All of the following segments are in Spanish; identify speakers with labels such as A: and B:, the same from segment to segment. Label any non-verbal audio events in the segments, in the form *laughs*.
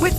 A: With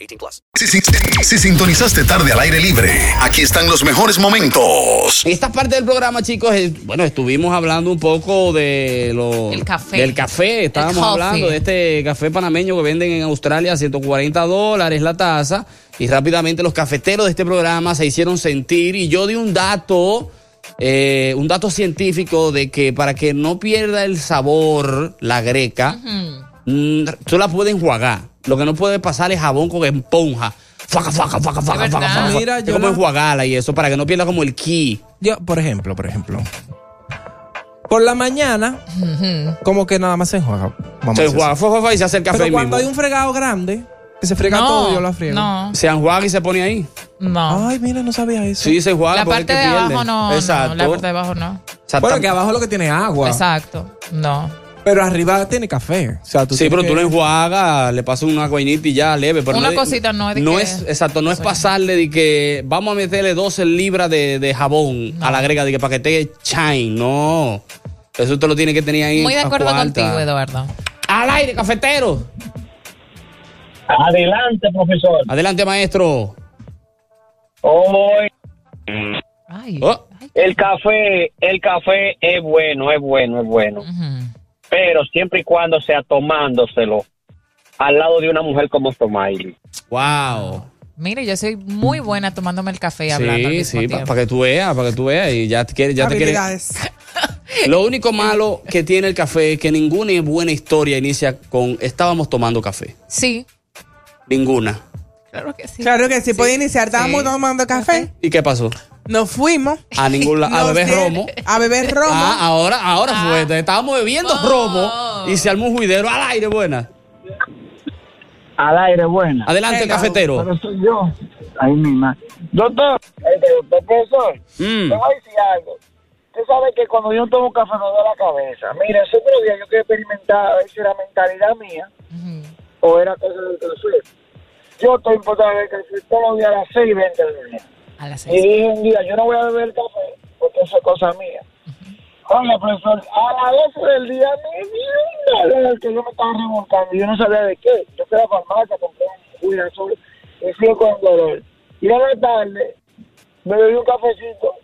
B: 18 plus.
C: Si, si- si sintonizaste tarde al aire libre, aquí están los mejores momentos.
D: Esta parte del programa, chicos, es- bueno, estuvimos hablando un poco de lo,
E: El café.
D: del café. Estábamos
E: coffee.
D: hablando de este café panameño que venden en Australia a 140 dólares la taza. Y rápidamente los cafeteros de este programa se hicieron sentir. Y yo di un dato, eh, un dato científico de que para que no pierda el sabor la greca, mm, tú la puedes enjuagar. Lo que no puede pasar es jabón con esponja. Faca, faca, faca, faca, faca,
E: verdad.
D: faca.
F: Mira,
D: Es
F: yo
D: como
F: la-
D: enjuagarla y eso para que no pierda como el ki.
F: Yo, por ejemplo, por ejemplo. Por la mañana, como que nada más se enjuaga. Vamos a
D: Se
F: decir
D: enjuaga,
F: así.
D: fa, fa, fa, y se hace el café
F: Pero
D: ahí
F: cuando
D: mismo.
F: hay un fregado grande, que se frega
E: no,
F: todo, yo la friego.
E: Oh, No,
D: Se enjuaga y se pone ahí.
G: Oh.
E: no.
F: Ay, mira, no sabía eso.
D: Sí, se enjuaga.
E: la
D: porque
E: parte
D: es
E: de
D: que pierde.
E: abajo no, no,
D: Exacto.
E: La parte de abajo no.
D: O sea,
F: Bueno,
D: tam-
F: que abajo es lo que tiene es agua.
E: Exacto. No.
F: Pero arriba tiene café. O sea, tú
D: Sí,
F: tienes
D: pero
F: que-
D: tú lo enjuagas, le pasas una guainita y ya, leve. Pero
E: Una
D: es-
E: cosita, no es de
D: no
E: que-
D: es Exacto, no es pasarle de que vamos a meterle 12 libras de, de jabón a la grega, de que para que esté shine. No. Eso usted lo tiene que tener ahí.
E: Muy de
D: a
E: acuerdo
D: cuarta.
E: contigo, Eduardo.
D: Al aire, cafetero.
H: Adelante, profesor.
D: Adelante, maestro.
H: Hoy
E: Ay.
D: Oh.
E: ay.
H: el café, el café es bueno, es bueno, es bueno.
E: Ujú.
H: Pero siempre y cuando sea tomándoselo al lado de una mujer como Somaili.
D: Wow.
E: Mira, yo soy muy buena tomándome el café y hablando. al
D: Sí,
E: mismo
D: sí, para
E: tiempo.
D: que tú veas, para que tú veas. Y ya te quieres, ya te quieres.
F: Habilidades.
D: Lo único malo que tiene el café es que ninguna buena historia inicia con estábamos tomando café.
E: Sí,
D: Ninguna.
E: claro que sí.
F: Claro que sí, puede iniciar. Estábamos
E: Sí.
F: tomando café.
D: ¿Y qué pasó?
F: Nos fuimos.
D: A ningún
H: *laughs*
D: lado. A
F: Nos
D: beber
F: dieron-
D: romo.
F: A beber romo.
D: Ah, ahora, ahora fue. Estábamos bebiendo
E: Oh.
D: romo y se armó un juidero al aire, buena.
H: Al aire, buena.
D: Adelante,
F: Hello.
D: cafetero.
H: soy yo. Ahí misma. Doctor, profesor,
D: Mm.
H: te voy a decir algo. Usted sabe que cuando yo tomo café me duele la cabeza. Mira, ese otro día yo quería experimentar a ver si era mentalidad mía o era cosa del café. Yo estoy importado el café todos los días a las 6 y 20 del día.
E: A las
H: Y
E: seis.
H: dije un día, yo no voy a beber café porque eso es cosa mía. Oye, profesor, a las 12 del día, mi vida, el que yo me estaba remontando, yo no sabía de qué. Yo fui a la farmacia, compré un girasol y fui con dolor. Y a la tarde me bebí un cafecito,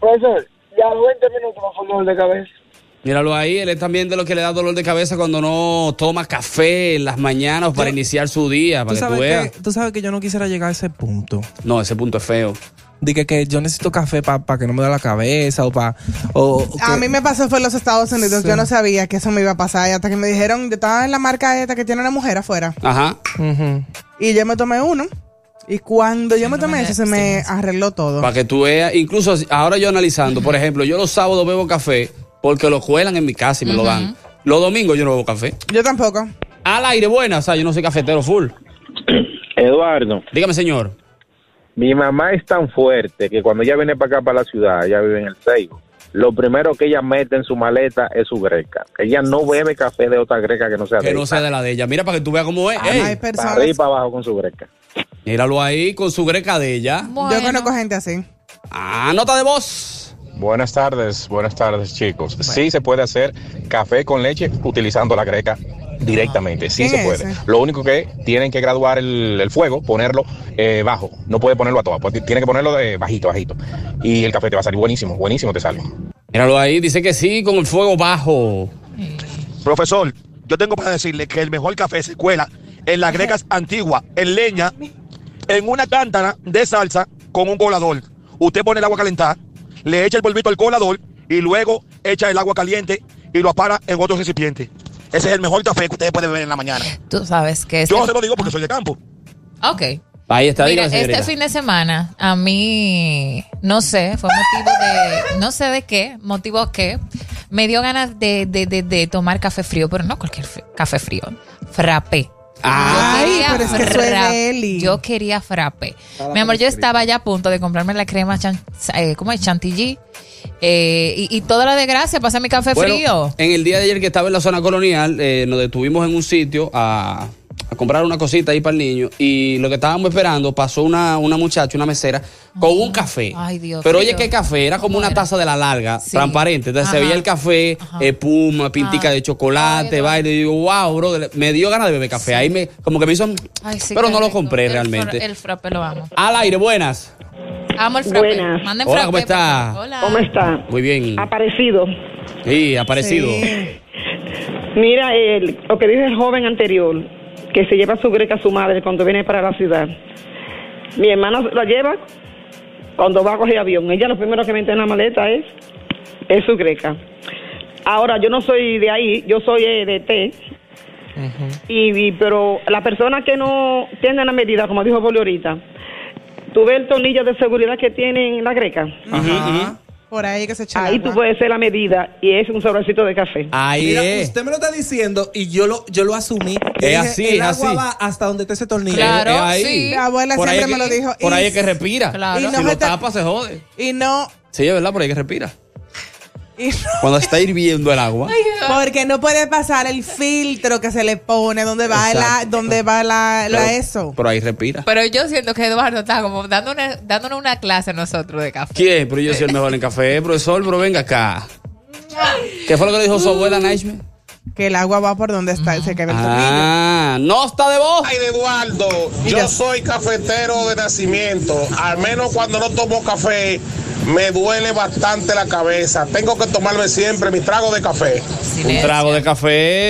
H: profesor, y a los 20 minutos me fue el dolor de cabeza.
D: Míralo ahí, él es también de los que le da dolor de cabeza cuando no toma café en las mañanas para
F: Yo-
D: iniciar su día,
F: ¿Tú
D: para que
F: sabes
D: tú veas.
F: que, tú sabes que yo no quisiera llegar a ese punto.
D: No, ese punto es feo.
F: Dije que yo necesito café para que no me da la cabeza o para...
G: A mí me pasó fue en los Estados Unidos.
F: Sí.
G: Yo no sabía que eso me iba a pasar. Y hasta que me dijeron, yo estaba en la marca esta que tiene una mujer afuera.
D: Ajá.
G: Y yo me tomé uno. Y cuando yo me
E: Síndrome
G: tomé
E: de
G: eso, se me arregló todo.
D: Para que tú veas, incluso así- ahora yo analizando, por ejemplo, yo los sábados bebo café porque lo cuelan en mi casa y me lo dan. Los domingos yo no bebo café.
G: Yo tampoco.
D: Al aire buena, o sea, yo no soy cafetero full.
H: Eduardo,
D: Dígame, señor.
H: mi mamá es tan fuerte que cuando ella viene para acá, para la ciudad, ella vive en el Seibo. Lo primero que ella mete en su maleta es su greca. Ella no bebe café de otra greca que no sea
D: Que no sea de la de ella. Mira para que tú veas cómo es. Ey,
G: Hay personas.
H: Para arriba y para abajo con su greca.
D: míralo ahí con su greca de ella.
G: Yo
E: Bueno.
G: conozco gente así.
D: Ah, nota de voz.
H: Buenas tardes, buenas tardes chicos. Sí se puede hacer café con leche utilizando la greca directamente,
G: ¿Quién
H: sí se
G: es
H: puede.
G: ese?
H: Lo único que tienen que graduar el, el fuego, ponerlo eh, bajo, no puede ponerlo a toda, pues, tiene que ponerlo de bajito, bajito. Y el café te va a salir buenísimo, buenísimo te sale.
D: Míralo ahí, dice que sí, con el fuego bajo.
E: Sí.
I: Profesor, yo tengo para decirle que el mejor café se cuela en las grecas antiguas, en leña, en una cántana de salsa con un colador. Usted pone el agua a calentar, le echa el polvito al colador y luego echa el agua caliente y lo apara en otro recipiente. Ese es el mejor café que ustedes pueden beber en la mañana.
E: Tú sabes que este- Ah.
I: Yo se lo digo porque soy de campo.
E: Ok.
D: Ahí está,
E: Mira,
D: dígame, señorita.
E: este fin de semana, a mí, no sé, fue motivo de, no sé de qué, motivo que, me dio ganas de, de, de, de tomar café frío, pero no cualquier fr- café frío, frappé.
G: Ay,
E: Yo quería
G: pero es que eso es
E: fra-
G: de Eli.
E: Yo quería frappé.
G: Cada
E: Mi amor, yo
G: quien es
E: estaba ya a punto de comprarme la crema, chan- eh, ¿cómo es? Chantilly. eh, y, y toda la desgracia pasa mi café
D: Bueno,
E: frío.
D: En el día de ayer que estaba en la zona colonial, eh, nos detuvimos en un sitio a, a comprar una cosita ahí para el niño y lo que estábamos esperando pasó una, una muchacha, una mesera, con un café.
E: Ah, Ay, Dios
D: Pero
E: mío.
D: oye, ¿qué café? Era como una taza de la larga, transparente. Entonces se
E: Ajá. Ah.
D: veía el café, eh, puma, pintica de chocolate, baile. Y digo, wow, bro, me dio ganas de beber café. Ahí me, como que me hizo...
E: Ay, sí,
D: pero
E: qué
D: no lo
E: rico.
D: compré
E: El fra-
D: realmente.
E: El frappé lo amo.
D: Al aire, buenas.
E: Amo el frappé.
J: Buenas.
E: Manden
D: Hola,
E: frappé,
D: ¿cómo está?
E: por favor. Hola.
J: ¿Cómo está?
D: Muy bien.
J: Aparecido.
D: Sí, aparecido.
J: Mira, el- lo que dijo el joven anterior, que se lleva su greca a su madre cuando viene para la ciudad. Mi hermana la lleva cuando va a coger avión. Ella lo primero que mete en la maleta es, es su greca. Ahora, yo no soy de ahí, yo soy eh, de T. Y, y- pero la persona que no tiene la medida, como dijo Bolio ahorita, tú ves el tornillo de seguridad que tiene en la greca.
G: Por ahí que se echa el
J: Ahí tú
G: agua.
J: puedes hacer la medida y es un sobrecito de café.
D: Ahí
F: Mira, usted me lo está diciendo y yo lo, yo lo asumí. Yo
D: Es así,
F: el
D: es
F: agua
D: así.
F: va hasta donde esté ese tornillo.
D: Claro, Es ahí. sí.
G: Mi abuela
D: Por ahí
G: siempre me
D: es
G: lo
D: que-
G: dijo.
D: Por
G: Y-
D: ahí es que respira.
G: Claro. Y no
D: Si
G: se
D: lo
G: te-
D: tapa, se jode.
G: Y no,
D: Sí, es verdad, por ahí es que respira.
G: *laughs* y no-
D: Cuando está hirviendo el agua.
G: Porque no puede pasar el filtro que se le pone, donde va la,
D: Exacto.
G: donde va la, la eso.
D: Por ahí respira.
E: Pero yo siento que Eduardo está como dándonos, dándonos una clase a nosotros de café.
D: ¿Quién? Pero yo soy el mejor en café, profesor, pero
G: *laughs*
D: venga acá. ¿Qué fue lo que le dijo su abuela, Naishme?
G: Que Uh. el agua va por donde está, se cae el
D: Ah, no está de voz.
K: Ay, Eduardo, yo soy cafetero de nacimiento. Al menos cuando no tomo café, me duele bastante la cabeza. Tengo que tomarme siempre mi trago de café.
D: Un trago de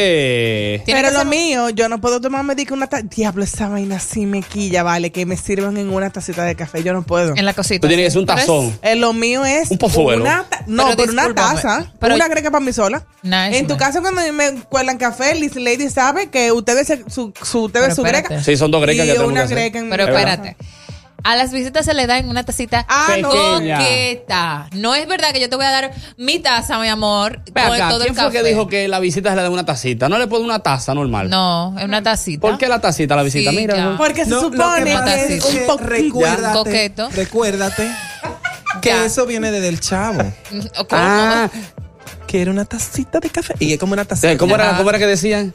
D: café.
G: Pero lo mío, yo no puedo tomarme de que una ta- Diablo, esa vaina sí me quilla, vale, que me sirvan en una tacita de café, yo no puedo. En
E: la cosita.
D: Tú tienes que ser un tazón.
G: lo mío es
D: Un pozuelo.
G: una ta- no,
E: Pero
G: pero, una
E: discúlpame,
G: taza,
E: pero-
G: una greca para mí sola.
E: Nice,
G: en tu caso cuando me cuelan café, Liz Lady sabe que ustedes se- su su ustedes
E: Pero
G: su
E: espérate.
G: greca.
D: Sí, son dos grecas
G: y
D: que
G: yo
D: tenemos
G: una
D: que hacer.
G: greca en mi
E: Pero
D: Es verdad.
E: espérate. A las visitas se le da en una tacita
G: Ah, no.
E: coqueta. No es verdad que yo te voy a dar mi taza, mi amor,
D: Ve
E: con
D: acá,
E: todo
D: ¿Quién
E: el café.
D: fue que dijo que la visita se le da una tacita? No le pone una taza normal.
E: No, es una tacita.
D: ¿Por qué la tacita a la visita?
E: Sí,
D: Mira.
E: ya.
D: amor.
G: Porque se
E: No, lo que
G: supone que,
E: pasa
G: es
E: es
G: un
E: que
G: poquito
F: recuérdate,
E: Coqueto.
G: *laughs*
F: Recuérdate que eso viene desde el chavo.
D: Ah, eh,
F: que era una tacita de café. Y es como una tacita.
D: ¿Cómo era, ¿Cómo era que decían?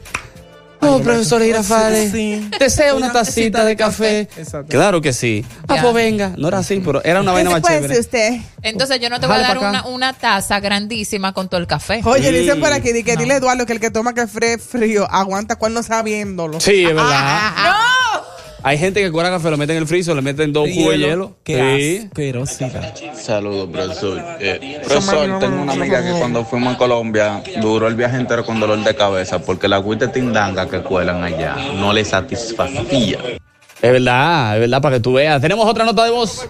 D: Oh, profesor Girafales, deseo una tacita de café. Claro que sí. Ah,
E: Ya.
D: pues venga. No era así, pero era una
G: ¿Qué
D: vaina
G: se
D: más
G: puede decir
D: chévere.
G: usted?
E: Entonces yo no te voy a
D: Jale
E: dar
D: pa' acá.
E: una, una taza grandísima con todo el café.
G: Oye, dicen por aquí, di que dile a Eduardo que el que toma café frío aguanta cuando sabiéndolo.
D: Sí, es verdad. Hay gente que cuela café, lo meten en el freezer, le meten dos cubos de hielo.
F: Qué
D: Sí.
F: asquerosidad.
L: Saludos, profesor. Eh, profesor, tengo una amiga que cuando fuimos a Colombia duró el viaje entero con dolor de cabeza porque la agüita tindanga que cuelan allá no le satisfacía.
D: Es verdad, es verdad, para que tú veas. Tenemos otra nota de voz.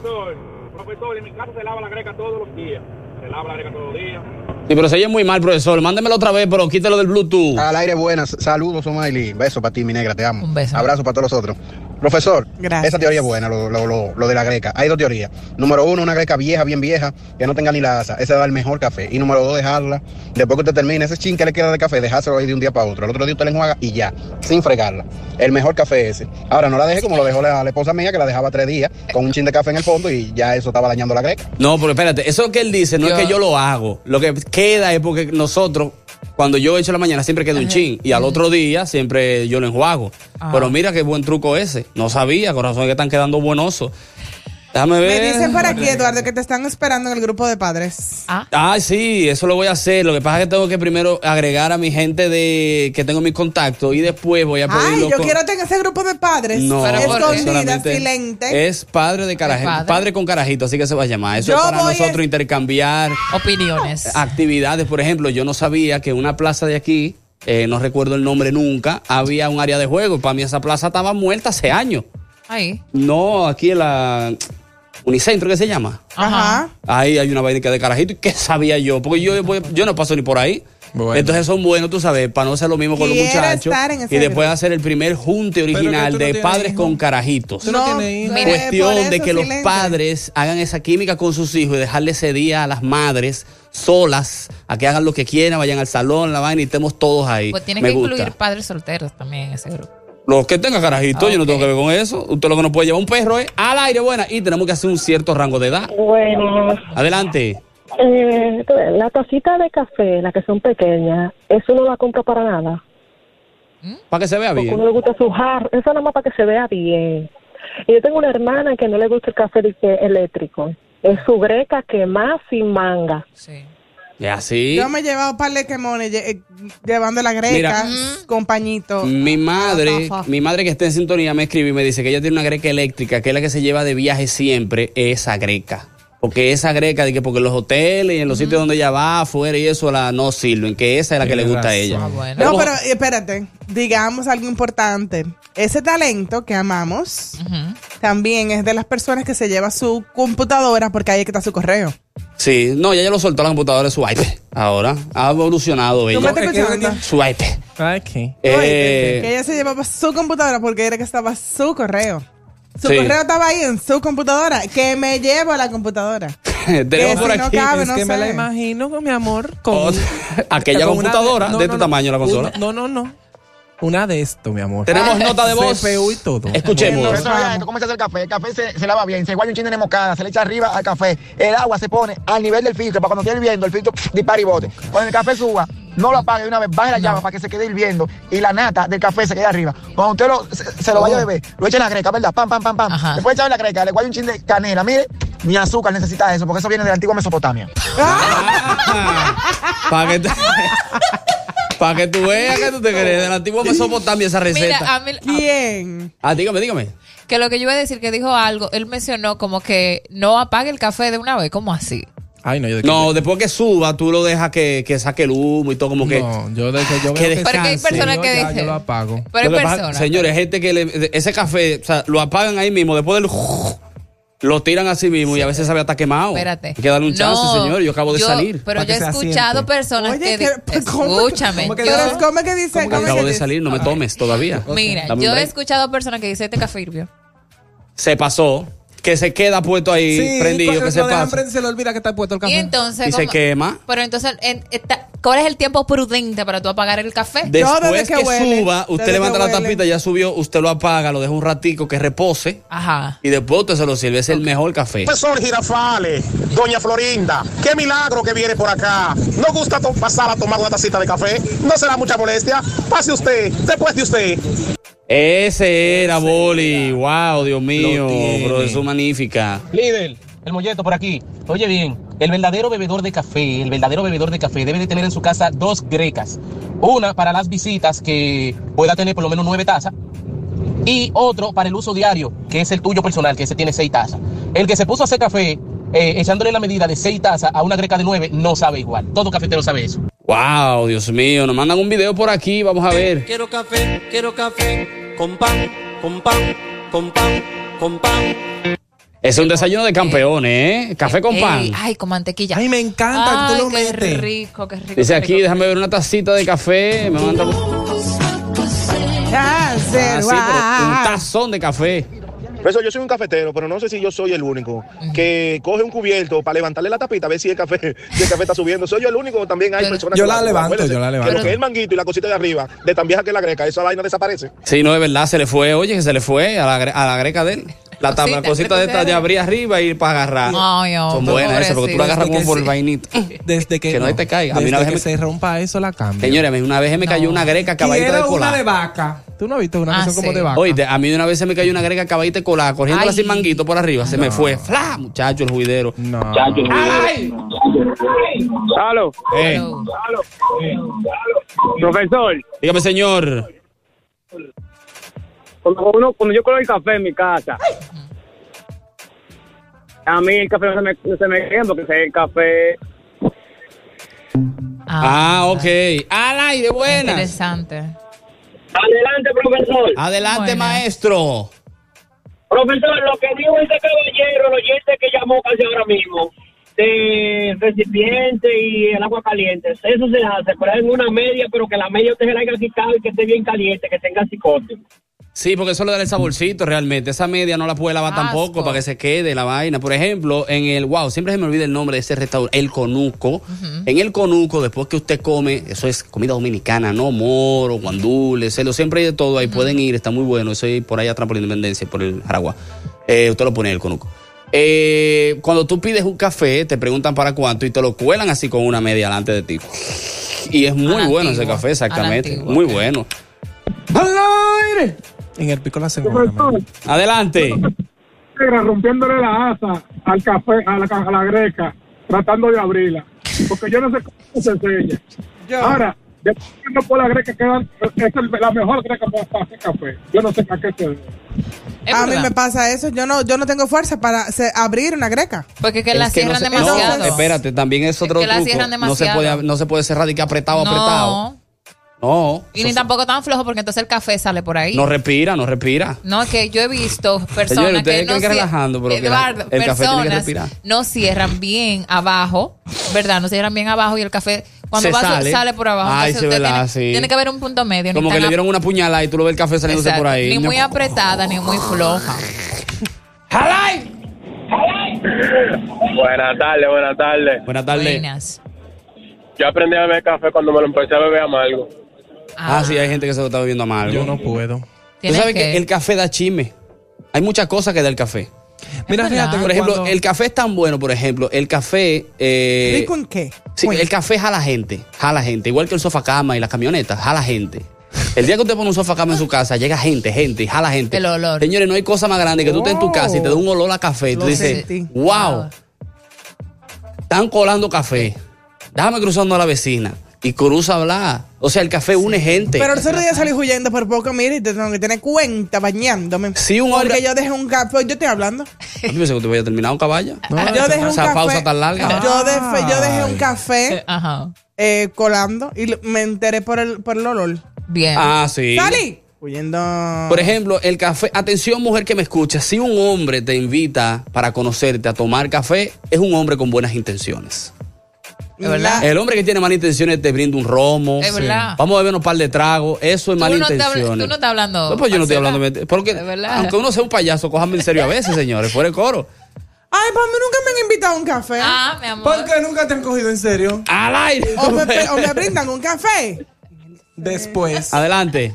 M: Profesor, en mi casa se lava la greca todos los días. Se lava la greca todos los días.
D: Sí, pero se oye muy mal, profesor. Mándemelo otra vez, pero quítalo del Bluetooth.
N: Al aire, buenas. Saludos, O'Malley. Beso para ti, mi negra. Te amo.
D: Un beso.
N: Abrazo para todos los otros. Profesor,
G: Gracias.
N: esa teoría es buena, lo, lo- lo- lo de la greca. Hay dos teorías. Número uno, una greca vieja, bien vieja, que no tenga ni la asa. Esa da el mejor café. Y número dos, dejarla. Después que usted termine ese chin que le queda de café, dejárselo ahí de un día para otro. El otro día usted le enjuaga y ya, sin fregarla. El mejor café ese. Ahora, no la deje como lo dejó la, la esposa mía, que la dejaba tres días con un chin de café en el fondo y ya eso estaba dañando la greca.
D: No, pero espérate, eso que él dice no es que yo lo hago. Lo que queda es porque nosotros, cuando yo echo en la mañana, siempre queda un chin. Y al otro día siempre yo lo enjuago.
G: Ah.
D: Pero mira qué buen truco ese. No sabía, corazón, que están quedando buenosos. Déjame
G: Me
D: ver.
G: dicen por aquí, Eduardo, que te están esperando en el grupo de padres.
D: Ah, sí, eso lo voy a hacer. Lo que pasa es que tengo que primero agregar a mi gente de que tengo mis contactos y después voy a pedirlo.
G: Ay, yo
D: con-
G: quiero tener ese grupo de padres.
D: No,
G: escondidas,
D: solamente
G: silente.
D: Es padre de carajito,
G: padre.
D: padre. con carajito, así que se va a llamar. Eso
G: Yo
D: es para
G: voy a-
D: nosotros intercambiar
E: Opiniones.
D: actividades. Por ejemplo, yo no sabía que una plaza de aquí eh, no recuerdo el nombre nunca, había un área de juego. Para mí esa plaza estaba muerta hace años.
E: Ahí.
D: No, aquí en la Unicentro, ¿qué se llama?
E: Ajá.
D: Ahí hay una vaina que de carajito. ¿Y qué sabía yo? Porque yo, voy- yo no paso ni por ahí. Entonces son buenos, tú sabes, para no hacer lo mismo con los
G: Quiero
D: muchachos.
G: estar en ese
D: Y después
G: grupo.
D: hacer el primer junte
G: que tú
D: original
G: no
D: de
G: tienes
D: padres con carajitos.
G: Tú no No, tienes hijos. mira, por
D: Cuestión
G: eso
D: de que los
G: silencio.
D: padres hagan esa química con sus hijos y dejarle ese día a las madres solas a que hagan lo que quieran, vayan al salón, la vaina y estemos todos ahí.
E: Pues tienes
D: Me
E: que
D: gusta.
E: incluir padres solteros también en ese grupo.
D: Los que tengan carajitos, yo no tengo que ver con eso. Usted lo que no puede llevar un perro es al aire, buena. Y tenemos que hacer un cierto rango de edad.
O: Bueno,
D: Adelante.
O: eh, la tacita de café, las que son pequeñas, eso no la compro para nada.
D: Para que se vea
O: Porque
D: bien.
O: uno le gusta su jarro, eso nada más para que se vea bien. Y yo tengo una hermana que no le gusta el café de que eléctrico. Es su greca que más sin manga.
D: Es así.
G: Yo me he llevado un par de quemones lle- eh, llevando la greca, compañito.
D: Mi madre,
G: Ajá.
D: mi madre que está en sintonía me escribe y me dice que ella tiene una greca eléctrica, que es la que se lleva de viaje siempre, esa greca. Porque esa greca, de que porque en los hoteles y en los sitios donde ella va, afuera y eso, la no sirven, que esa es la que le
F: Tienes
D: gusta a
F: razón.
D: ella.
G: No, pero eh, espérate, digamos algo importante. Ese talento que amamos también es de las personas que se lleva su computadora porque ahí es que está su correo.
D: Sí, no, ya ella lo soltó a la computadora de su iPad. Ahora, ha evolucionado ella. Eh,
G: me estás escuchando?
D: Su iPad.
G: Que
D: Eh,
G: ella se llevaba su computadora porque era que estaba su correo. Su
D: Sí.
G: correo estaba ahí en su computadora. Que me llevo a la computadora.
D: *laughs* tenemos
G: Que
D: por
G: si no
D: aquí
G: cabe,
F: es
G: no
F: que me
G: sé.
F: la imagino, mi amor, con,
D: otra-
F: *laughs*
D: aquella
F: con una-
D: computadora
F: no,
D: de
F: no,
D: tu
F: no.
D: tamaño la
F: Una-
D: consola.
F: no, no, no. Una de esto, mi amor.
G: ah,
F: *laughs*
D: Tenemos nota de voz.
F: CPU y todo.
D: Escuchemos.
P: Profesor, oiga esto, ¿Cómo se hace el café? El café se, se lava bien, se guarda un chin de moscada, se le echa arriba al café. El agua se pone al nivel del filtro para cuando esté hirviendo, el filtro pf, dispara y bote. Cuando el café suba, no lo apague de una vez, baje la llama para que se quede hirviendo y la nata del café se quede arriba. Cuando usted lo, se, se lo vaya a beber, lo echa en la greca, ¿verdad? Pam, pam, pam, pam. Después echarle la greca, le guarda un chin de canela. Mire, ni azúcar necesita eso porque eso viene de la antigua Mesopotamia.
D: *laughs* Para que, te- pa' que tú veas que tú te crees. De la antigua Mesopotamia esa receta.
E: Mira, ah. a mí-
G: ¿Quién?
D: Ah, dígame, dígame.
E: Que lo que yo iba a decir que dijo algo, él mencionó como que no apague el café de una vez, ¿cómo así?
F: Ay, no, yo de que-
D: No, después que suba, tú lo dejas que, que saque el humo y todo como que.
F: No, yo de que yo
D: Que
F: veo que
D: descanse.
E: Porque hay personas
F: yo
E: que
F: ya,
E: dicen-
F: yo lo apago.
E: Pero hay
D: Lo que pasa-
E: personas.
D: Señores, gente que le- ese café, o sea, lo apagan ahí mismo, después del. *laughs* Lo tiran así mismo y a veces sabe hasta quemado.
E: Espérate.
D: Hay que darle un chance,
E: No,
D: señor. Yo acabo de
E: yo-
D: salir.
E: Pero yo he escuchado personas que, di-
F: Pues,
E: escúchame. yo-
G: Pero, ¿cómo que dice? ¿Cómo que
D: Acabo de
G: dice?
D: salir, no me tomes todavía.
E: Mira,
D: Dame un
E: yo he
D: break.
E: escuchado personas que dicen este café hirvió.
D: Se pasó, que se queda puesto ahí
F: Sí,
D: prendido,
F: cuando
D: que
F: lo
D: se
F: dejan
D: pasa.
F: prender, se le olvida que está puesto el
E: Y
F: café.
E: entonces
D: Y se
E: ¿cómo?
D: quema.
E: Pero entonces, en- está- ¿cuál es el tiempo prudente para tú apagar el café?
D: Después que, suba, usted levanta la tapita, ya subió, usted lo apaga, lo deja un ratico que repose
E: Ajá.
D: y después usted se lo sirve. Es el mejor café.
K: Profesor Girafales, doña Florinda, qué milagro que viene por acá. ¿No gusta to- pasar a tomar una tacita de café? ¿No será mucha molestia? Pase usted, después de usted.
D: Ese era Boli. Wow, Dios mío, bro, eso es magnífica.
Q: Líder, el molleto por aquí. Oye bien, el verdadero bebedor de café, el verdadero bebedor de café debe de tener en su casa dos grecas. Una para las visitas que pueda tener por lo menos nueve tazas y otro para el uso diario, que es el tuyo personal, que ese tiene seis tazas. El que se puso a hacer café eh, echándole la medida de seis tazas a una greca de nueve no sabe igual. Todo cafetero sabe eso.
D: Wow, Dios mío, nos mandan un video por aquí, vamos a ver.
R: Eh, Quiero café, quiero café, con pan, con pan, con pan, con pan.
D: Es un desayuno de campeones, ¿eh? Café con
E: Ey,
D: pan.
E: Ay, con mantequilla. Ay,
F: me encanta
D: que tú lo
E: qué
D: metes.
E: rico, qué rico.
D: Dice
E: qué
D: aquí, déjame ver una tacita de café. Me manda
G: Ah, sí,
D: Ah, sí, pero un tazón de café.
S: Profesor, yo soy un cafetero, pero no sé si yo soy el único que coge un cubierto para levantarle la tapita a ver si el café, si el café está subiendo. Soy yo el único, o también hay personas
F: yo
S: que
F: la
S: lo hacen.
F: levanto,
S: Acuérdese
F: yo la
S: que
F: levanto.
S: Lo que es el manguito y la cosita de arriba, de tan vieja que es la greca, esa vaina desaparece.
D: Sí, no, es verdad, se le fue, oye, que se le fue a la, gre- a la greca de él. La tabla,
F: Cosita,
D: cosita
F: la
D: de esta de
F: cosita.
D: abrir arriba y para agarrar.
F: Ay, ay,
D: Son
F: pero
D: buenas esas, porque tú la agarras
F: pobrecito.
D: como por el
F: Desde que
D: vainito.
F: Desde que,
D: Que no te caiga. A mí
F: Desde
D: una vez
F: que se
D: me-
F: rompa eso, la cambio.
D: Señores, a mí una vez se me cayó una greca caballita de
F: Quiero
D: cola.
F: una de vaca. ¿Tú no has visto una
D: Ah,
F: que son como
D: sí.
F: de vaca?
D: Oye, de- a mí una vez se me cayó una greca caballita colada, corriendo así manguito por arriba, se me fue. ¡Fla! Muchacho, el juidero. Muchacho, el
T: Halo. Profesor.
D: Dígame, señor.
T: Cuando, uno- cuando yo colo el café en mi casa, a mí el café no se me, no se me quema porque se- el café.
E: rico.
D: Ah, ok. Al aire, buenas.
E: Interesante.
T: Adelante, profesor.
D: Ah. Adelante, maestro.
T: Profesor, lo que dijo este caballero, el oyente que llamó casi ahora mismo, de recipiente y el agua caliente, eso se hace, pero en una media, pero que la media usted se la haya quitado y que esté bien caliente, que tenga psicote.
D: Sí, porque eso le da el saborcito realmente. Esa media no la puede lavar tampoco para que se quede la vaina. Por ejemplo, en el, wow, siempre se me olvida el nombre de ese restaurante, el Conuco. En el Conuco, después que usted come, eso es comida dominicana, ¿no? Moro, guandules, celo, siempre hay de todo ahí. Pueden ir, está muy bueno. Eso es por allá atrás por la Independencia, por el Jaragua. Eh, usted lo pone en el Conuco. Eh, cuando tú pides un café, te preguntan para cuánto y te lo cuelan así con una media delante de ti. Y es muy
F: A la
D: bueno ese
F: antigua,
D: café, exactamente.
F: a la antigua.
D: muy bueno.
F: En el pico la segunda.
A: Profesor,
D: Adelante.
A: negra, rompiéndole la asa al café, a la, a la greca, tratando de abrirla. Porque yo no sé cómo se sella. Ahora, después que por la greca quedan, es el- la mejor greca para para hacer café. Yo no sé a qué se debe.
G: A mí me pasa eso. Yo no, yo no tengo fuerza para se- abrir una greca.
E: Porque que
D: Es
E: la
D: que no
E: cierran
D: se-
E: demasiado.
D: No, espérate, también es otro
E: que la
D: truco.
E: cierran
D: No se,
E: demasiado.
D: puede, no se puede cerrar de que apretado,
E: No.
D: apretado. No.
E: Y ni tampoco tan flojo porque entonces el café sale por ahí.
D: No respira, no respira.
E: No, es que yo he visto personas
D: Señores, ustedes
E: que no
D: creen que
E: cier-
D: relajando, pero que la-
E: Eduardo,
D: el café tiene que
E: personas
D: respirar.
E: no cierran bien abajo, ¿verdad? No cierran bien abajo y el café cuando
D: Se
E: va
D: sale.
E: sale. por abajo.
D: Ay,
E: Entonces
D: sí,
E: usted
D: verdad,
E: tiene,
D: sí.
E: tiene que haber un punto medio. ni
D: Como que
E: tan
D: le
E: ap-
D: dieron una puñalada y tú lo ves el café saliéndose
E: Exacto.
D: por ahí.
E: Ni
D: No.
E: muy apretada, ni muy floja.
H: Buenas tardes, buenas tardes.
D: Buenas tardes.
H: Yo aprendí a beber café cuando me lo empecé a beber amargo.
D: Ah, sí, hay gente que se lo está bebiendo amargo. Yo no puedo. Tú
H: Tienes
D: sabes que...
H: que-
D: el café da chisme. Hay muchas cosas que da el café.
F: Mira, fíjate que
D: por ejemplo,
F: cuando-
D: el café es tan bueno, por ejemplo, el café... eh,
F: ¿Rico en qué?
D: Sí, el café jala gente, jala gente, igual que el sofacama y las camionetas, jala gente. El día que usted pone un sofacama en su casa, llega gente, gente, y jala gente. El olor. Señores, no hay cosa más grande que tú estés en tu casa y te dé un olor a café y tú
F: Lo
D: dices,
F: sentí.
D: wow, están colando café, déjame cruzando a la vecina y cruza a hablar. O sea, el café une gente.
G: Pero el otro día salí huyendo por poco, mire, y te tengo que tener cuenta bañándome.
D: Sí, un
G: Porque
D: hombre-
G: yo dejé un café. Yo estoy hablando.
D: Yo pensé que te voy a terminar un caballo.
G: yo dejé un
D: Esa
G: café. Ah.
D: pausa tan larga.
K: Ah.
G: Yo, dejé, yo dejé un café
E: Ajá.
G: eh, colando y lo- me enteré por el, por el olor.
E: Bien.
D: Ah, sí.
G: Salí huyendo.
D: Por ejemplo, el café. Atención, mujer que me escucha. Si un hombre te invita para conocerte a tomar café, es un hombre con buenas intenciones.
E: Es
G: Ah.
E: verdad.
D: El hombre que tiene malas intenciones te brinda un romo.
E: Es verdad.
D: Vamos a beber un par de tragos. Eso es
E: Tú
D: malas
E: no, te hablas-
D: intenciones.
E: tú no estás hablando.
D: No, pues yo no estoy hablando. mente- Porque
E: Es verdad.
D: aunque uno sea un payaso, cójame en serio a veces, señores. Fuera el coro.
G: Ay, para mí nunca me han invitado a un café.
E: Ah, mi amor.
F: ¿Por qué nunca te han cogido en serio?
D: Al aire.
G: O Oh,
D: *laughs*
G: me, pe- o me brindan un café.
F: Después.
D: Adelante.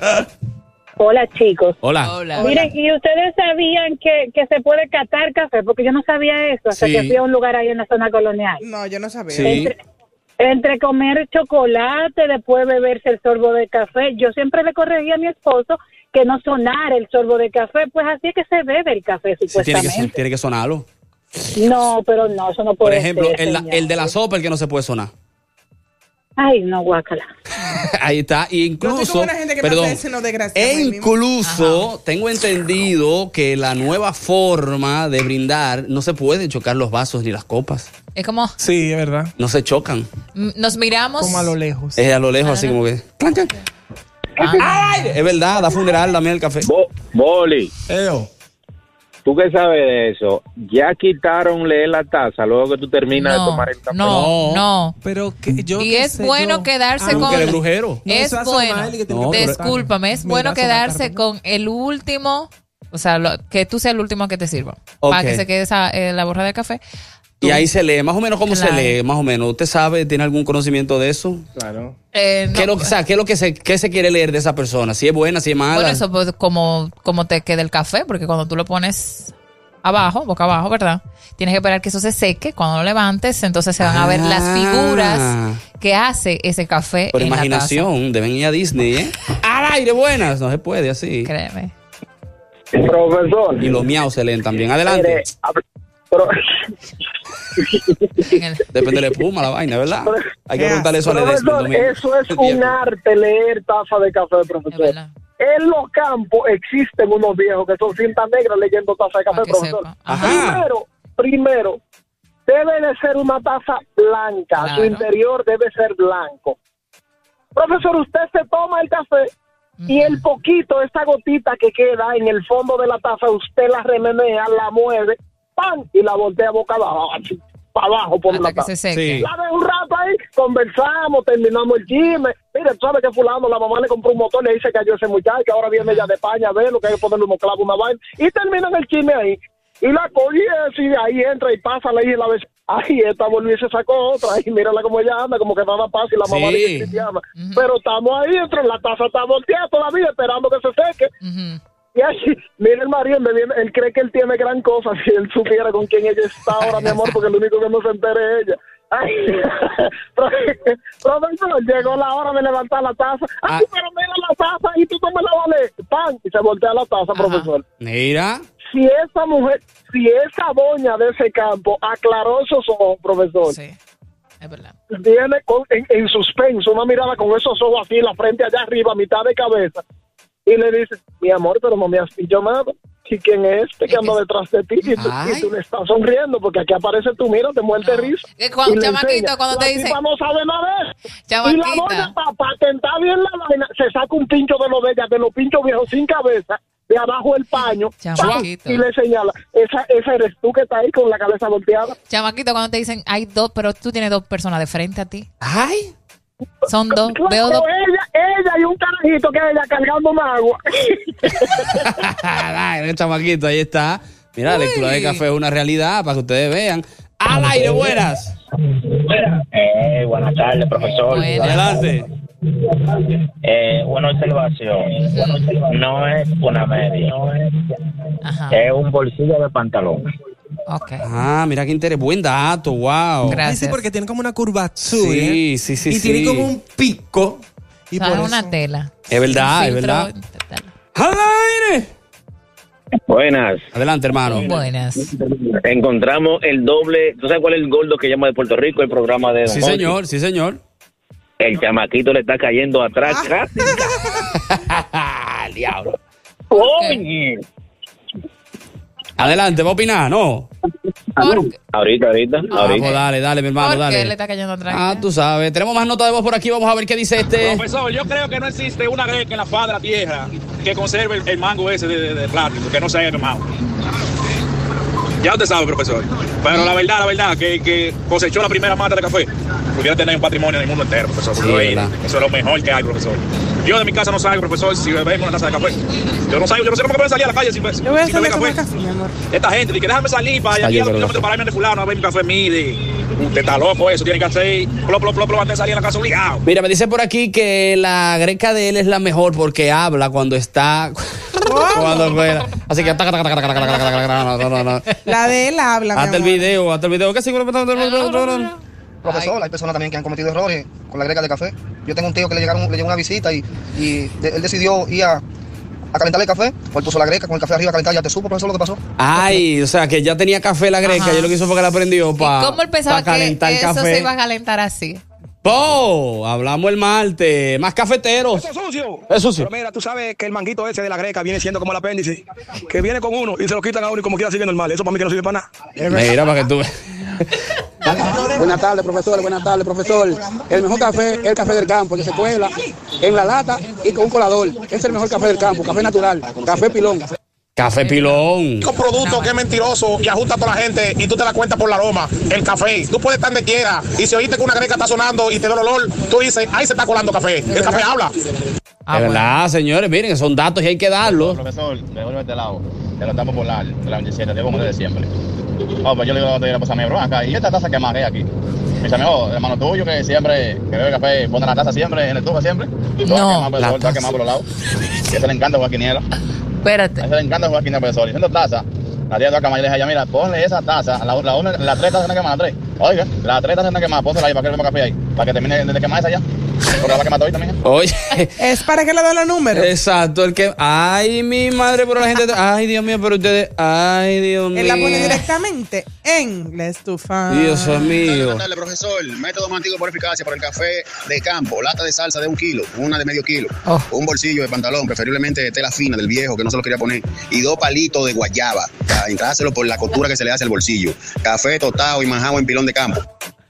U: Hola, chicos.
D: Hola.
U: Miren, y ustedes sabían que, que se puede catar café, porque yo no sabía eso hasta
G: Sí.
U: que fui a un lugar ahí en la zona colonial.
G: No, yo no sabía.
U: Sí. Entre- Entre comer chocolate, después beberse el sorbo de café, yo siempre le corregía a mi esposo que no sonara el sorbo de café, pues así es que se bebe el café,
D: Sí, tiene, que,
U: supuestamente.
D: tiene que sonarlo.
U: No, pero no, eso no
D: Por
U: puede
D: ejemplo,
U: ser,
D: el, la-
U: señor.
D: el de la sopa, el que no se puede sonar. *laughs*
U: Ay, no, guácala.
D: Ahí está. Y incluso. perdón. E incluso tengo entendido que la nueva forma de brindar no se pueden chocar los vasos ni las copas.
E: Es como
D: Sí, es verdad. No se chocan.
E: mm, nos miramos. Como a lo
G: lejos.
D: Es a lo lejos, así como que. clan, clan.
F: Ah.
D: ¡Ay! Es verdad, da funeral también el café.
V: Boli. Tú que sabes de eso, ya quitaron leer la taza luego que tú terminas
E: No,
V: de tomar el café.
E: No, no.
F: Pero que yo.
E: Y es bueno quedarse
V: Ah,
E: con.
V: que eres brujero.
F: No,
E: Es
F: se hace mal y que
E: bueno.
F: tiene que cortar.
E: Discúlpame, es bueno
F: Mirazo va a
E: quedarse con el último. O sea, lo- que tú seas el último que te sirva.
D: Ok.
E: Para que se quede esa, eh, la borra de café.
D: Y ahí se lee, más o menos cómo
E: Claro.
D: se lee, más o menos. ¿Usted sabe, tiene algún conocimiento de eso? Claro.
E: Eh, no,
D: ¿Qué, es lo, que- o sea, ¿qué es lo que se, qué se quiere leer de esa persona? Si es buena, si es mala.
E: Bueno, eso pues, como, como te quede el café, porque cuando tú lo pones abajo, boca abajo, ¿verdad? Tienes que esperar que eso se seque. Cuando lo levantes, entonces se van a ver las figuras que hace ese café.
D: Ah. Por
E: en la taza.
D: imaginación, deben ir a Disney, ¿eh? ¡Al aire, buenas! No se puede así.
E: Créeme.
D: Profesor. Y los miau se leen también. Adelante. Depende de la espuma, la vaina, ¿verdad? Hay que preguntarle eso a Ledesma el
H: Profesor,
D: domingo. *laughs*
H: eso es un arte leer taza de café, profesor. En los campos existen unos viejos que son cinta negra leyendo taza de café, profesor. Primero, primero, debe de ser una taza blanca, su
E: Claro.
H: interior debe ser blanco. Profesor, usted se toma el café y el poquito, esa gotita que queda en el fondo de la taza, usted la remenea, la mueve, ¡pam! y la voltea boca abajo, así, para abajo por
E: Hasta
H: la
E: que
H: taza.
E: se seque. Sí.
H: La de un rato ahí, conversamos, terminamos el chisme. Mira, tú sabes que fulano, la mamá le compró un motor, le dice que cayó ese muchacho, ahora viene ella de España a ver lo que hay que ponerle unos clavos, una vaina. Y terminan el chisme ahí. Y la cogí y ahí entra y pasa, le dije la vez, ay, esta volvió y se sacó otra, y mírala cómo ella anda, como que nada pasa, y la mamá
W: Sí.
H: le dice cristiana. Pero estamos ahí, entre la taza está volteada todavía, esperando que se seque. Y así, mira el marido, él, viene- él cree que él tiene gran cosa *laughs* si él supiera con quién ella está ahora, mi amor, porque lo único que no se entere es ella. Ay, *laughs* profe- profesor, llegó la hora de levantar la taza. Ay, pero mira la taza y tú no me la vale. Pan, y se voltea la taza, profesor.
D: Mira.
H: Si esa mujer, si esa doña de ese campo aclaró esos ojos, profesor. Viene con- en, en suspenso, una mirada con esos ojos así, la frente allá arriba, mitad de cabeza. Y le dice, mi amor, pero no me has dicho nada. ¿Y quién es este que anda detrás de ti? Y tú, y tú le estás sonriendo porque aquí aparece tú, mira, te muerte risa.
E: Que cuando-
H: Y le
E: chamaquito,
H: enseña.
E: cuando te
H: La
E: dicen-
H: tipa no sabe nada de eso. Y la
E: Chamaquita.
H: doña, para patentar bien la vaina, se saca un pincho de los de ella, de los pinchos viejos sin cabeza, de abajo el paño, ¡pam!
E: Chamaquito.
H: y le señala, esa, esa eres tú que está ahí con la cabeza volteada.
E: Chamaquito, cuando te dicen hay dos, pero tú tienes dos personas de frente a ti.
D: Ay.
E: Son dos.
H: Claro,
E: Veo dos.
H: ella, ella y un carajito que ella cargando una
O: *laughs*
H: agua.
D: *laughs* Dale, el chamaquito, ahí está. Mira, la lectura de café es una realidad para que ustedes vean. Al aire, buenas.
O: Eh, buenas tardes, profesor.
D: Adelante.
O: Eh, una observación. No es una media. Es un bolsillo de pantalón.
D: Ah, mira qué interés. Buen dato, wow.
F: Sí, porque tiene como una curvatura. ¿eh?
D: Sí, sí, sí,
F: Y tiene
D: sí.
F: como un pico. Y
E: son
F: por eso-
E: una tela.
D: Es verdad, es
E: Filtro.
D: verdad. ¡Al aire!
O: Buenas.
D: Adelante, hermano.
E: Buenas.
O: Encontramos el doble. ¿Tú sabes cuál es el gordo que llama de Puerto Rico? El programa de. Don
D: Sí,
O: Jorge.
D: señor, sí, señor.
O: El chamaquito le está cayendo
G: Ah.
O: atrás. casi.
D: Al *laughs* diablo. Adelante, va a opinar, ¿no?
O: Ahorita, ahorita,
D: Ah, pues dale, dale, mi hermano,
E: ¿Por qué le
D: dale.
E: está cayendo atrás?
D: Ah, tú sabes. Tenemos más nota de voz por aquí. Vamos a ver qué dice este.
M: Profesor, Pues, yo creo que no existe una greca en la faz de la tierra que conserve el, el mango ese de, de- de plástico, que no se haya quemado. Ya usted sabe, profesor. Pero la verdad, la verdad, que, que cosechó la primera mata de café, pudiera tener un patrimonio en el mundo entero, profesor.
D: Sí,
M: Porque ahí,
D: verdad.
M: eso es lo mejor que hay, profesor. Yo de mi casa no salgo, profesor, si bebemos una taza de café. Yo no salgo, yo no sé cómo pueden salir a la calle sin, sin
G: Yo voy a hacerle
M: beber
G: tomar
M: café.
G: café, mi amor.
M: Esta gente, que déjame salir para allá,
G: Ay,
M: aquí
G: yo
M: a los
G: creo
M: kilómetros para irme de fulano a ver mi café, mire. Usted está loco, eso tiene que hacer. Plo, plo, plo, plo, antes de salir a la casa obligado.
D: Mira, me dice por aquí que la greca de él es la mejor porque habla cuando está. cuando fuera. Así que.
G: La de él habla, mi
D: Hazte el
G: amor.
D: video, hazte el video. ¿Qué seguro?
X: Profesor, hay personas también que han cometido errores con la greca de café. Yo tengo un tío que le llegaron, le llegó una visita y, y de- él decidió ir a, a calentar el café. Pues puso la greca con el café arriba a calentar. Ya te supo, profesor, lo que pasó.
D: Ay, o sea, que ya tenía café la greca.
E: Ajá.
D: Yo lo que hizo fue que la prendió para.
E: ¿Cómo él pensaba que
D: calentar
E: eso
D: café.
E: se iba a calentar así?
D: ¡Po! Hablamos el martes. Más cafeteros.
I: Eso es sucio.
D: Es sucio.
I: Pero mira, tú sabes que el manguito ese de la greca viene siendo como el apéndice, que viene con uno y se lo quitan a uno y como quiera sigue normal. Eso para mí que no sirve para nada.
D: Mira, para que tú veas.
N: *laughs* Buenas tardes, profesor. Buenas tardes, profesor. El mejor café es el café del campo, que se cuela en la lata y con un colador. Es el mejor café del campo, café natural, café pilón.
D: Café pilón.
K: único producto que es mentiroso y ajusta a toda la gente y tú te la cuentas por la aroma, el café. Tú puedes estar donde quiera y si oíste que una greca está sonando y te da el olor, tú dices, ahí se está colando café. El café habla.
D: es verdad, señores, miren, son datos y hay que darlos.
L: Profesor, devuélvete este lado. Te lo estamos por la, de la 27, debo de siempre. Oh, pues yo le digo a la botella, pues a mi bro, acá, y esta taza que amaré aquí. Me dice, amigo, hermano tuyo que siempre, que bebe café, pone la taza siempre, en el tubo siempre.
E: No,
L: la
E: la
L: taza. Va a quemar por los lados. Que se le encanta jugar quiniela.
E: Espérate.
L: A ese le encanta jugar quiniela, profesor. Diciendo taza, la tía de acá, y le dice, ya mira, ponle esa taza, la, la, una, la tres tazas en la quemada, la tres. Oiga, la tres tazas en la quemada, pónsela ahí para que le ponga café ahí, para que termine de de quemar esa ya.
Y: Pero la que mató hoy también.
D: Oye.
G: *laughs* Es para que le den los números.
D: Exacto, el que. Ay, mi madre, pero la gente. Ay, Dios mío, pero ustedes. Ay, Dios mío.
G: Él la pone directamente en la estufa.
D: Dios mío.
Y: Dale, profesor. Método mantico por eficacia para el café de campo. Lata de salsa de un kilo, una de medio kilo. Un bolsillo de pantalón, preferiblemente de tela fina del viejo que no se lo quería poner. Y dos palitos de guayaba. para Entrárselo por la costura que se le hace al bolsillo. Café tostado y manjado en pilón de campo.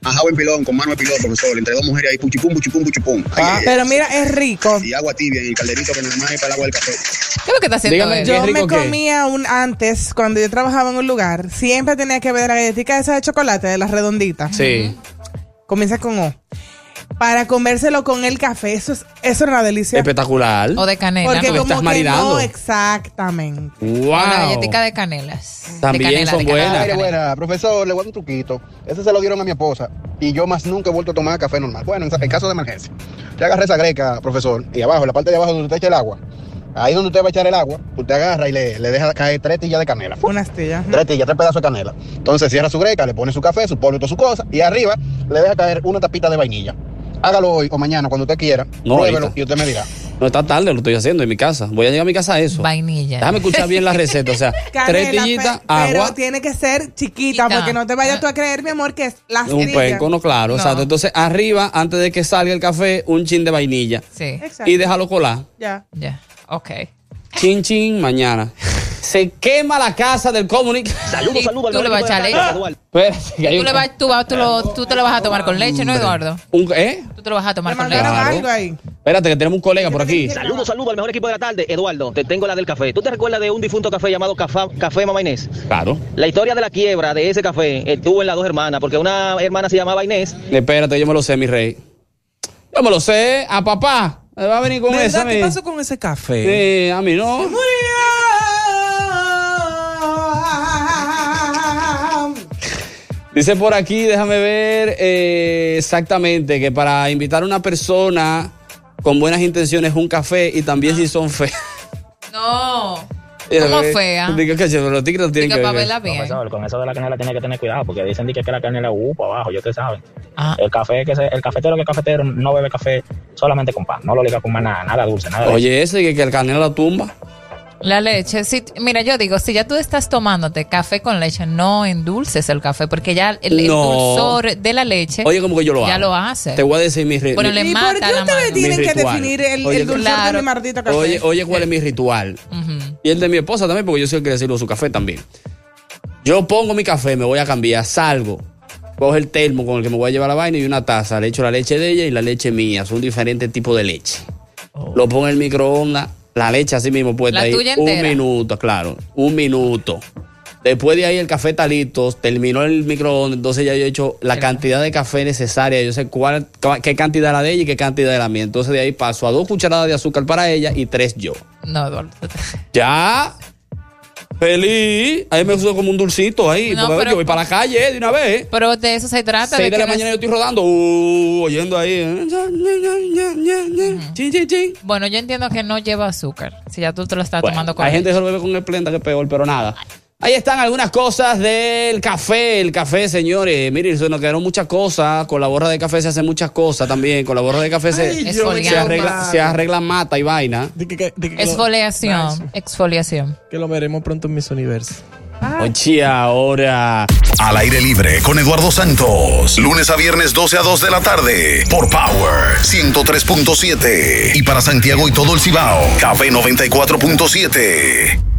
Y: Manjado en pilón, con mano de pilón, profesor. Entre dos mujeres ahí, puchipum, puchipum, puchipum. Ay, ay, ay.
G: Pero mira, es rico.
Y: Y agua tibia en el calderito que nomás es para el agua del café.
E: ¿Qué es lo que está haciendo él?
G: yo me comía un antes, cuando yo trabajaba en un lugar, siempre tenía que ver la galletita esa de chocolate, de las redonditas.
D: Sí.
G: Comienza con O. Para comérselo con el café, eso es, eso era una delicia.
D: Espectacular.
E: O de canela.
G: Porque
D: porque
G: como
D: estás
G: que
D: marinando.
G: no, exactamente.
D: Wow.
E: La galletica de canelas.
D: También
E: de canela,
D: son
E: de canela,
D: buenas.
E: de
N: Aire
E: canela.
N: buena, profesor, le voy a dar un truquito. Ese se lo dieron a mi esposa y yo más nunca he vuelto a tomar café normal. Bueno, en en caso de emergencia. Yo agarré esa greca, profesor, y abajo, en la parte de abajo donde usted echa el agua, ahí donde usted va a echar el agua, usted agarra y le, le deja caer tres tillas de canela.
G: Una astilla.
N: Tres tillas, tres pedazos de canela. Entonces cierra su greca, le pone su café, su polvo y todas sus cosas, y arriba le deja caer una tapita de vainilla. Hágalo hoy o mañana, cuando usted quiera.
D: No,
N: pruébelo
D: ahorita.
N: y usted me dirá.
D: No está tarde, lo estoy haciendo en mi casa. Voy a llegar a mi casa a eso.
E: Vainilla.
D: Déjame escuchar bien la receta. O sea, tres
G: *laughs* Canela,
D: tillitas,
G: pe-
D: agua,
G: Pero tiene que ser chiquita, porque no te vayas
E: Ah.
G: tú a creer, mi amor, que es la
D: Un penco, no, claro. Exacto. Entonces, arriba, antes de que salga el café, un chin de vainilla.
E: Sí.
G: Exacto.
D: Y déjalo colar.
G: Ya.
E: Ya. Ok.
D: Chin, chin, mañana. Se quema la casa del comunicador.
E: Y tú le vas a echar leche.
D: Espérate, que hay
E: Tú,
D: un-
E: le vas- tú vas- tú lo- tú te lo vas a tomar con leche, ¿no, Eduardo?
D: un- ¿Eh?
E: Tú te lo vas a tomar con leche.
D: mandaron algo
G: ahí.
D: Espérate, que tenemos un colega por aquí.
Z: Saludos, saludos al mejor equipo de la tarde. Eduardo, te tengo la del café. ¿Tú te recuerdas de un difunto café llamado Cafá- Café Mamá Inés?
D: Claro.
Z: La historia de la quiebra de ese café estuvo en las dos hermanas, porque una hermana se llamaba Inés.
D: Espérate, yo me lo sé, mi rey. Yo me lo sé. A papá. Me va a venir con
F: ¿Verdad?
D: esa.
F: ¿Qué
D: mi-
F: pasó con ese café?
D: Sí, Eh, a mí no. Dice por aquí, déjame ver eh, exactamente que para invitar a una persona con buenas intenciones un café y también si son feas.
E: *laughs*
D: Eh,
E: No. ¿Cómo fea?
D: Digo que pero los tigres no tienen
E: Diga,
D: que
E: pa'
D: ver.
E: verla bien.
B: Profesor, con eso de la canela tiene que tener cuidado porque dicen di que que la canela upa abajo, yo te saben. El café que se- el cafetero que es cafetero no bebe café solamente con pan, no lo liga con más nada, nada dulce, nada.
D: Oye, ese que, que el canelo la tumba.
E: La leche, sí, mira, yo digo, si ya tú estás tomándote café con leche, no endulces el café, porque ya el, el
D: No.
E: dulzor de la leche
D: Oye, como que yo lo hago.
E: ya lo hace.
D: Te voy a decir mi ri-
E: Pero le
D: mi-
E: mata la mano.
D: mi ritual. Oye,
E: Claro.
D: Oye, oye, ¿cuál
E: *laughs*
D: es mi ritual? Y el de mi esposa también, porque yo soy el que le sirvo su café también. Yo pongo mi café, me voy a cambiar, salgo, cojo el termo con el que me voy a llevar la vaina y una taza. Le echo la leche de ella y la leche mía. Son diferentes tipos de leche. Lo pongo en el microondas, la leche así mismo puesta
E: Oh. La
D: ahí.
E: tuya
D: un
E: entera.
D: minuto, claro, un minuto. Después de ahí el café está listo, terminó el microondas, entonces ya yo he hecho la cantidad de café necesaria, yo sé cuál, cua- qué cantidad la de ella y qué cantidad de la mía. Entonces de ahí paso a dos cucharadas de azúcar para ella y tres yo.
E: No, Eduardo.
D: Ya. Feliz. Ahí me puso como un dulcito ahí.
E: No,
D: porque, a ver,
E: pero-
D: yo voy para la calle eh, de una vez.
E: Pero de eso se trata.
D: Seis de
E: que
D: la
E: no es-
D: mañana yo estoy rodando. uh, oyendo ahí. eh.
E: Bueno, yo entiendo que no lleva azúcar, si ya tú te lo estás tomando con
D: Hay gente
E: leche.
D: que se lo bebe con esplenda, que es peor, pero nada. Ahí están algunas cosas del café, el café, señores. Miren, se nos quedaron muchas cosas. Con la borra de café se hacen muchas cosas también. Con la borra de café se,
E: Ay, yo me
D: se,
E: quiero
D: arregla,
E: matar.
D: se arregla mata y vaina.
E: Exfoliación, exfoliación.
F: Que lo veremos pronto en mis universos.
D: Oye, ahora.
I: Al aire libre con Eduardo Santos. Lunes a viernes 12 a 2 de la tarde por Power 103.7. Y para Santiago y todo el Cibao, KB 94.7.